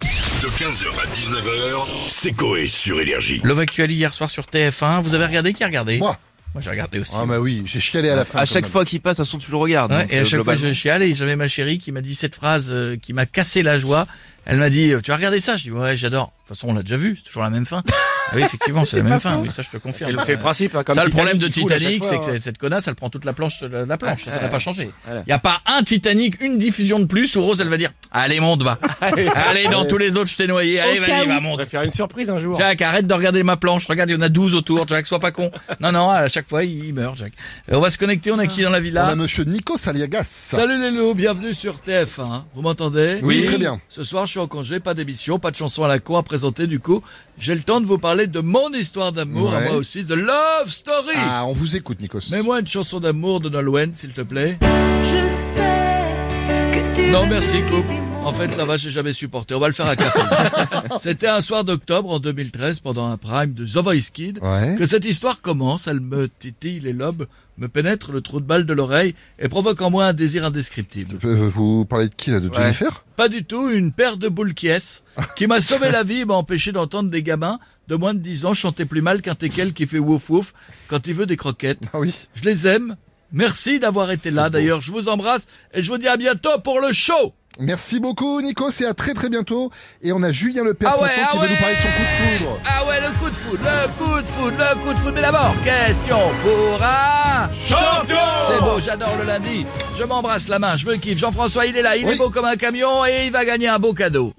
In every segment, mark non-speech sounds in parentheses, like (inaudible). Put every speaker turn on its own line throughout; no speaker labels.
De 15h à 19h, c'est Coé sur Énergie.
Love Actually hier soir sur TF1. Vous avez regardé qui a regardé
Moi
Moi, j'ai regardé aussi.
Ah bah oui, j'ai chialé à la fin.
À
quand
chaque
même.
fois qu'il passe, à son tu le regardes.
Ouais,
donc,
et à
euh,
chaque fois,
globalement.
je chiale et j'avais ma chérie qui m'a dit cette phrase euh, qui m'a cassé la joie. Elle m'a dit, euh, tu as regardé ça Je dis, ouais, j'adore. De toute façon, on l'a déjà vu, c'est toujours la même fin. Ah oui,
(laughs)
effectivement, c'est la même fin. Oui, ça, je te confirme.
C'est le principe. hein, comme
ça, le
Titanic,
problème de
il fout à chaque
Titanic,
fois,
c'est que
hein.
c'est- cette connasse, elle prend toute la planche, euh, la, la planche. ça, ça n'a pas changé. Il
Voilà.
n'y a pas un Titanic, une diffusion de plus où Rose, elle va dire, allez,
(laughs)
monte, va. allez, dans tous les autres, je t'ai noyé. Allez,
Au cas
vas-y,
où.
va,
On
monte.
va faire une surprise un jour.
Jack, arrête de regarder ma planche. Regarde, il y en a 12 autour. Jack, sois pas con. Non, non, à chaque fois, il meurt, Jack. Euh, on va se connecter. On a qui dans la
On a
villa
monsieur Nico Saliagas.
Salut les loups, bienvenue sur TF1. hein. Vous m'entendez
Oui, très bien.
Ce soir, je suis en congé, pas d'émission, pas de chanson à la con à présenter. Du coup, j'ai le temps de vous parler de mon histoire d'amour, à
Ouais.
moi aussi, The Love Story.
Ah, on vous écoute, Nikos.
Mets-moi une chanson d'amour de Nolwenn, s'il te plaît.
Je sais que tu
Non,
veux
merci,
me
couple.
quitter, mon
En fait, là-bas, j'ai jamais supporté. On va le faire à
(laughs)
quatre. C'était un soir d'octobre en 2013, pendant un prime de The Voice Kid,
Ouais.
que cette histoire commence. Elle me titille les lobes, me pénètre le trou de balle de l'oreille et provoque en moi un désir indescriptible.
Euh, Vous parlez de qui, là De Jennifer
Pas du tout une paire de boules qui est, qui m'a sauvé la vie et m'a empêché d'entendre des gamins de moins de 10 ans chanter plus mal qu'un teckel qui fait wouf wouf quand il veut des croquettes.
Ah oui.
Je les aime. Merci d'avoir été là. D'ailleurs, je vous embrasse et je vous dis à bientôt pour le show.
Merci beaucoup, Nikos, et à très très bientôt. Et on a Julien Lepers maintenant qui veut nous parler de son coup de foudre.
Ah ouais, le coup de foudre, le coup de foudre, le coup de foudre. Mais d'abord, question pour un champion. C'est beau, j'adore le lundi. Je m'embrasse la main, je me kiffe. Jean-François, il est là, il
Oui.
est beau comme un camion et il va gagner un beau cadeau.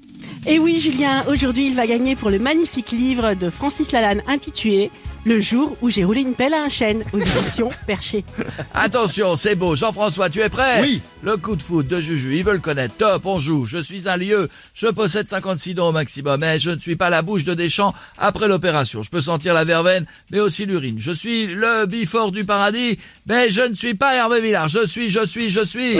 Et oui, Julien, aujourd'hui, il va gagner pour le magnifique livre de Francis Lalanne intitulé Le jour où j'ai roulé une pelle à un chêne aux éditions Perché.
Attention, c'est beau. Jean-François, tu es prêt
Oui.
Le coup de foudre de Juju, il veut le connaître. Top, on joue. Je suis un lieu. Je possède 56 dons au maximum, mais je ne suis pas la bouche de Deschamps après l'opération. Je peux sentir la verveine, mais aussi l'urine. Je suis le bifort du paradis, mais je ne suis pas Hervé Villard. Je suis, je suis, je suis.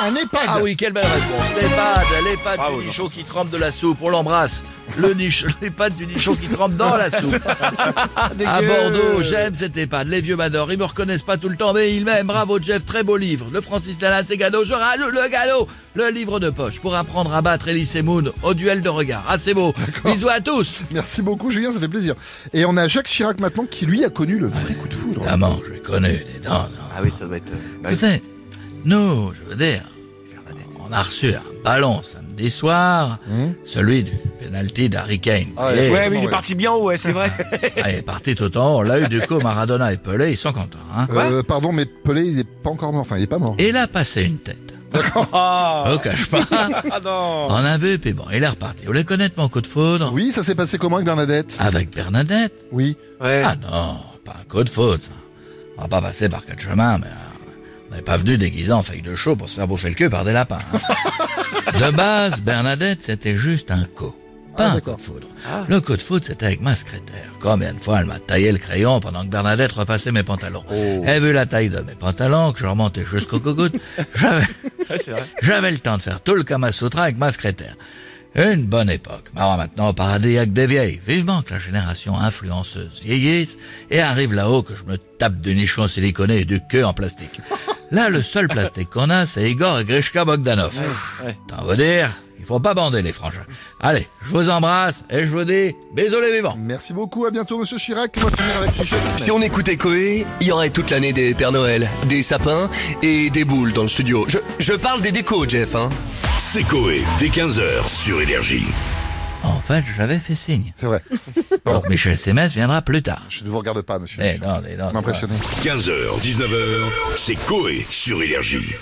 Un EHPAD
Ah oui, quelle belle réponse. L'EHPAD, l'EHPAD du nichon qui trempe de la soupe. On l'embrasse. Le niche, (laughs) l'EHPAD du nichon qui trempe dans la soupe. à Bordeaux,
Ah,
j'aime cet EHPAD. Les vieux m'adorent. Ils me reconnaissent pas tout le temps, mais ils m'aiment. Bravo, Jeff. Très beau livre. Le Francis Lalanne, c'est cadeau. Je râle le galop. Le livre de poche pour apprendre à battre Elise Moon au duel de regard. Ah, c'est beau. Bisous à tous.
Merci beaucoup, Julien, ça fait plaisir. Et on a Jacques Chirac maintenant qui, lui, a connu le vrai coup de foudre. Ah
Maman, je connais les dents.
Ah oui, ça doit être. euh, bah oui.
Peut-être. Nous, je veux dire, on a reçu un ballon samedi soir,
Hmm.
celui du penalty d'Harry Kane.
Ah,
Et-
Ouais, mais il
Ouais.
est parti bien haut, ouais, c'est vrai.
Ah, il est parti tout en haut. Là, eu du coup, Maradona et Pelé, ils sont contents. Hein.
Euh, pardon, mais Pelé, il est pas encore mort. Enfin, il est pas mort.
Et il a passé une tête. (laughs)
Ah,
Oh, cache
(laughs)
pas.
ah non.
On a vu, puis bon, il est reparti. Vous voulez connaître mon coup de foudre
Oui, ça s'est passé comment avec Bernadette
Avec Bernadette
Oui.
Ouais.
Ah non, pas un coup de foudre, ça. On va pas passer par quatre chemins, mais euh, on n'est pas venu déguisé en feuille de chaux pour se faire bouffer le cul par des lapins.
(laughs)
hein. de base, Bernadette, c'était juste un coup. Pas
Ah,
un coup
d'accord.
de foudre. Le coup de foudre, c'était avec ma secrétaire. Combien de fois elle m'a taillé le crayon pendant que Bernadette repassait mes pantalons.
Oh.
Elle vu la taille de mes pantalons, que je remontais jusqu'au
(laughs)
cocotte, j'avais...
Ouais, c'est vrai.
J'avais le temps de faire tout le Kama Sutra avec ma secrétaire. Une bonne époque. Marrant maintenant au paradis avec des vieilles. Vivement que la génération influenceuse vieillisse et arrive là-haut que je me tape du nichon siliconé et du queue en plastique. Là, le seul plastique qu'on a, c'est Igor et Grishka Bogdanov.
ouais.
T'en veux dire Il faut pas bander les frangins. Allez, je vous embrasse et je vous dis bisous les vivants.
Merci beaucoup, à bientôt, monsieur Chirac. On va finir avec Michel Simès.
Si on écoutait Coé, il y aurait toute l'année des Pères Noël, des sapins et des boules dans le studio. Je, je parle des décos, Jeff, hein.
C'est Coé, dès 15h sur Énergie.
En fait, j'avais fait signe.
C'est vrai.
Donc Michel Sémès viendra plus tard.
Je ne vous regarde pas, monsieur.
Eh
Michel.
non, eh non, eh non.
M'impressionne.
15h, 19h, c'est Coé sur Énergie.